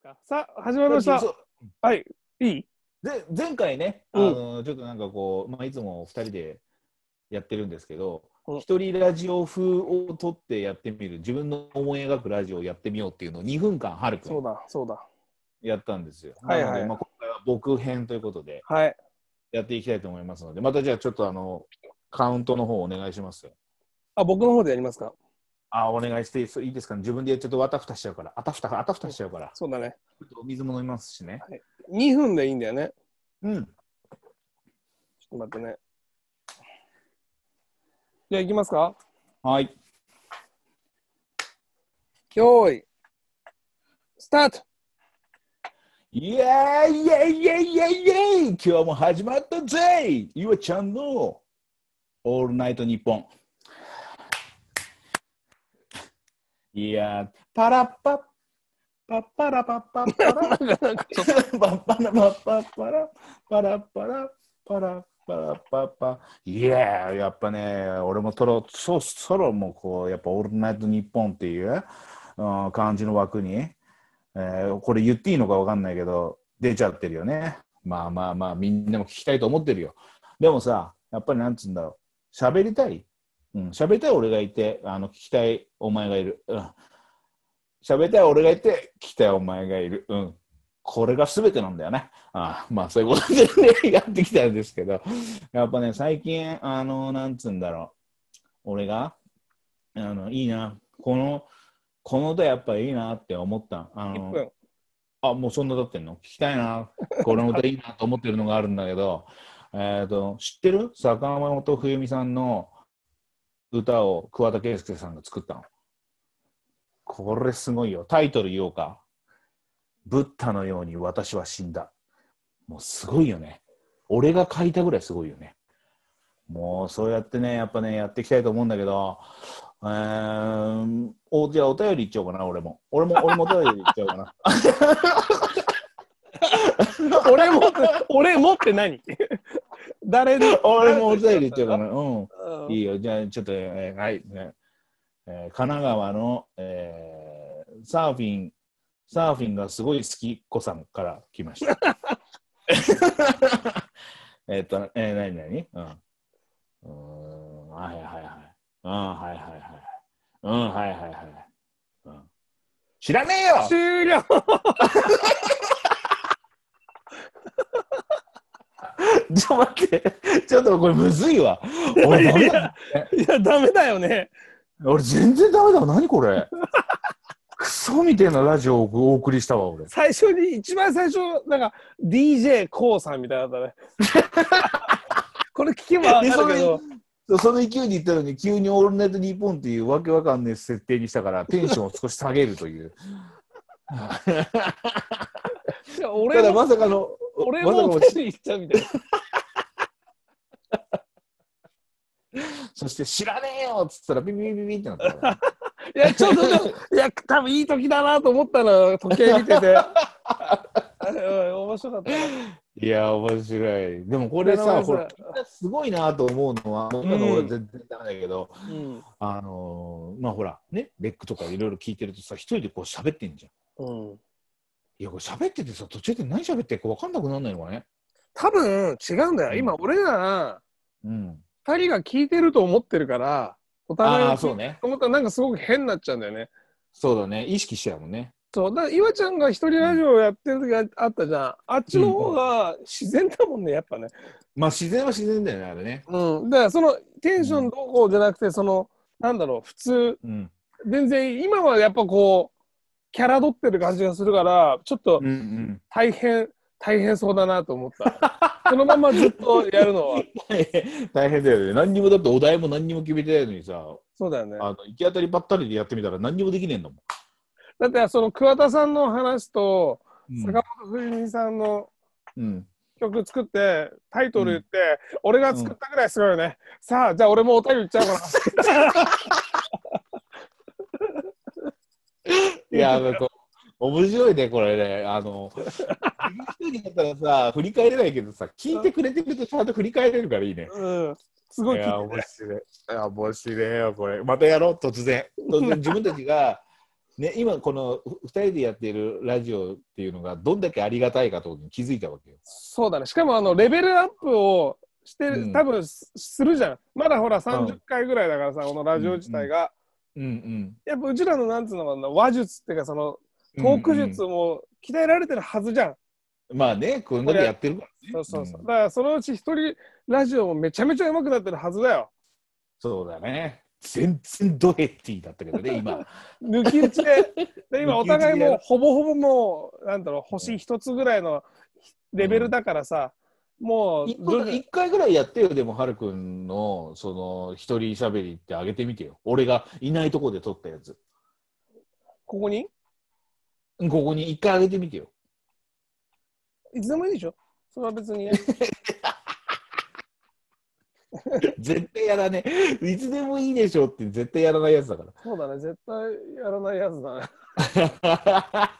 か。さあ、始まりました。そうはい。いいで前回ね、あうんのちょっとなんかこう、まあ、いつも2人でやってるんですけどうん一人ラジオ風を撮ってやってみる自分の思い描くラジオをやってみようっていうのを2分間はるくそうんだ、そうだ。やったんですよ。はいはいなのでまあ、今回は僕編ということではい。やっていきたいと思いますのでまたじゃあちょっとあのカウントの方お願いしますよ。あ、僕の方でやりますか。あお願いしていいですかね自分でやっちゃうとわたふたしちゃうからあたふたあたふたしちゃうからそうだね。ちょっとお水も飲みますしね。 2分でいいんだよね。うんちょっと待ってね。じゃあ、いきますか。はいよーい。スタートイエーイイエイイエイイエイイエイ今日も始まったぜゆあちゃんのオールナイトニッポンいやーパラッパッパッパラパッパッパラパッパラパッパッパラパラッパラパラパラパッパいやーやっぱね俺もトロそろそろもうこうやっぱオールナイトニッポンっていう、うん、感じの枠にえーこれ言っていいのかわかんないけど出ちゃってるよねまあまあまあみんなも聞きたいと思ってるよでもさやっぱりなんつうんだろう喋りたいうん喋りたい俺がいてあの聞きたいお前がいるうん喋りたい俺がいて聞きたいお前がいるうんこれが全てなんだよねあまあそういうことでね やってきたんですけどやっぱね最近あのなんつうんだろう俺があのいいなこのこの歌やっぱいいなって思ったあの !1 分。あ、もうそんな経ってんの聞きたいな。この歌いいなと思ってるのがあるんだけど、えっと、知ってる坂本冬美さんの歌を桑田佳祐さんが作ったの。これすごいよ。タイトル言おうか。ブッダのように私は死んだ。もうすごいよね。俺が書いたぐらいすごいよね。もうそうやってね、やっぱね、やっていきたいと思うんだけど、えー、おじゃあお便りいっちゃおうかな、俺も。俺も、俺もお便りいっちゃおうかな。俺も、俺もって 何誰で俺もお便り言っちゃうかな。ううんん。いいよ。じゃあ、ちょっと、えーはい、ねえー神奈川の、えーサーフィン、サーフィンがすごい好きっ子さんから来ま した。えっと、えー、なになにうん。うーん、はいはいはい。うん、はいはいはい。うん、はいはいはい。うん、知らねえよ終了 ちょっと待って。ちょっとこれむずいわ。俺ダメだいや、ダメだよね。俺全然ダメだわ何これ クソみてえなラジオをお送りしたわ俺最初に、一番最初、なんか、d j k o さんみたいだった ね。これ聞けばわかるけど。その勢いで言ったのに急に「オールナイトニッポン」っていうわけわかんない設定にしたからテンションを少し下げるといういや た俺だも、まさかの俺まさかものお便り行っちゃうみ たいな。そして「知らねえよ」っつったらビビビビビってなったからいや、ちょっと、ちょっといや、多分いい時だなと思ったの、時計見てて。あれ面白かったな。 いや面白いでもここれさこれすごいなと思うのは今の俺全然ダメだけど、うん。あのーまあほらねレックとかいろいろ聞いてるとさ一人でこう喋ってんじゃんうん。いやこれ喋っててさ途中で何喋ってるか分かんなくなんないのかね多分、違うんだよ。今、俺ら、うん二人が聞いてると思ってるから、お互いあがあ、そ聞ういてね。と思ったら、なんかすごく変になっちゃうんだよね。そうだね。意識してたもんね。そう、だから、岩ちゃんが一人ラジオやってる時があったじゃん。あっちの方が自然だもんね、やっぱね。まあ、自然は自然だよね、あれね。うん。だから、その、テンションどうこうじゃなくて、その、なんだろう、普通、うん。全然、今はやっぱこう、キャラ取ってる感じがするから、ちょっと、うんうん。大変大変そうだなと思った。そのままずっとやるの は。 大変だよね。何にもだってお題も何にも決めてないのにさ、そうだよね。あの行き当たりばったりでやってみたら何にもできねえんだもだってその桑田さんの話とん。うん坂本冬美さんのうん。曲作ってタイトル言って、俺が作ったぐらいすごいよね。さあじゃあ俺もお便り言っちゃおうかいや、なんか面白いね、これね。あ の、一人だったらさ、振り返れないけどさ、聞いてくれてるとちゃんと振り返れるからいいね。な。うん。すごい聞いや、いて面白い。いや、面白いよ、これ。またやろう、突然。突然、自分たちが、 ね、今このふ二人でやっているラジオっていうのがどんだけありがたいかってことに気づいたわけよ。そうだね。しかも、あの、レベルアップをしてうる、ん多分すするじゃん。まだほら、30回ぐらいだからさ、このラジオ自体が。うんやっぱ、うちらの、なんつうのかな、話術っていうか、その、うトん、ーク術うんも鍛えられてるはずじゃん。うんまあねこんだけやってるからねそうそうそう。んだから、そのうち一人ラジオもめちゃめちゃ上手くなってるはずだよ。そうだね全然ドヘッティだったけどね 今抜き打 ちで。で、今、お互い抜き打ちでもやうるほぼほぼもう、なんだろう、星一つぐらいのレベルだからさ、もう、一個徐々に一回ぐらいやってよでもはるくんのその一人しゃべりってあげてみてよ俺がいないとこで撮ったやつここにうんここに一回あげてみてよいつでもいいでしょそれは別に。絶対やらねえいつでもいいでしょって絶対やらないやつだかそうだね、絶対やらないやつだね。ら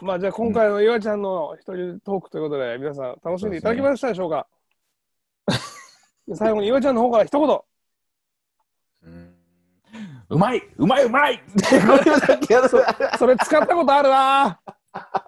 まあじゃあ今回の岩ちゃんの一人トークということで、皆さん楽しんでいただけましたでしょうか最後に岩ちゃんの方から一言。 うん うまいうまいうまいこれだけやらせそれ使ったことあるなぁ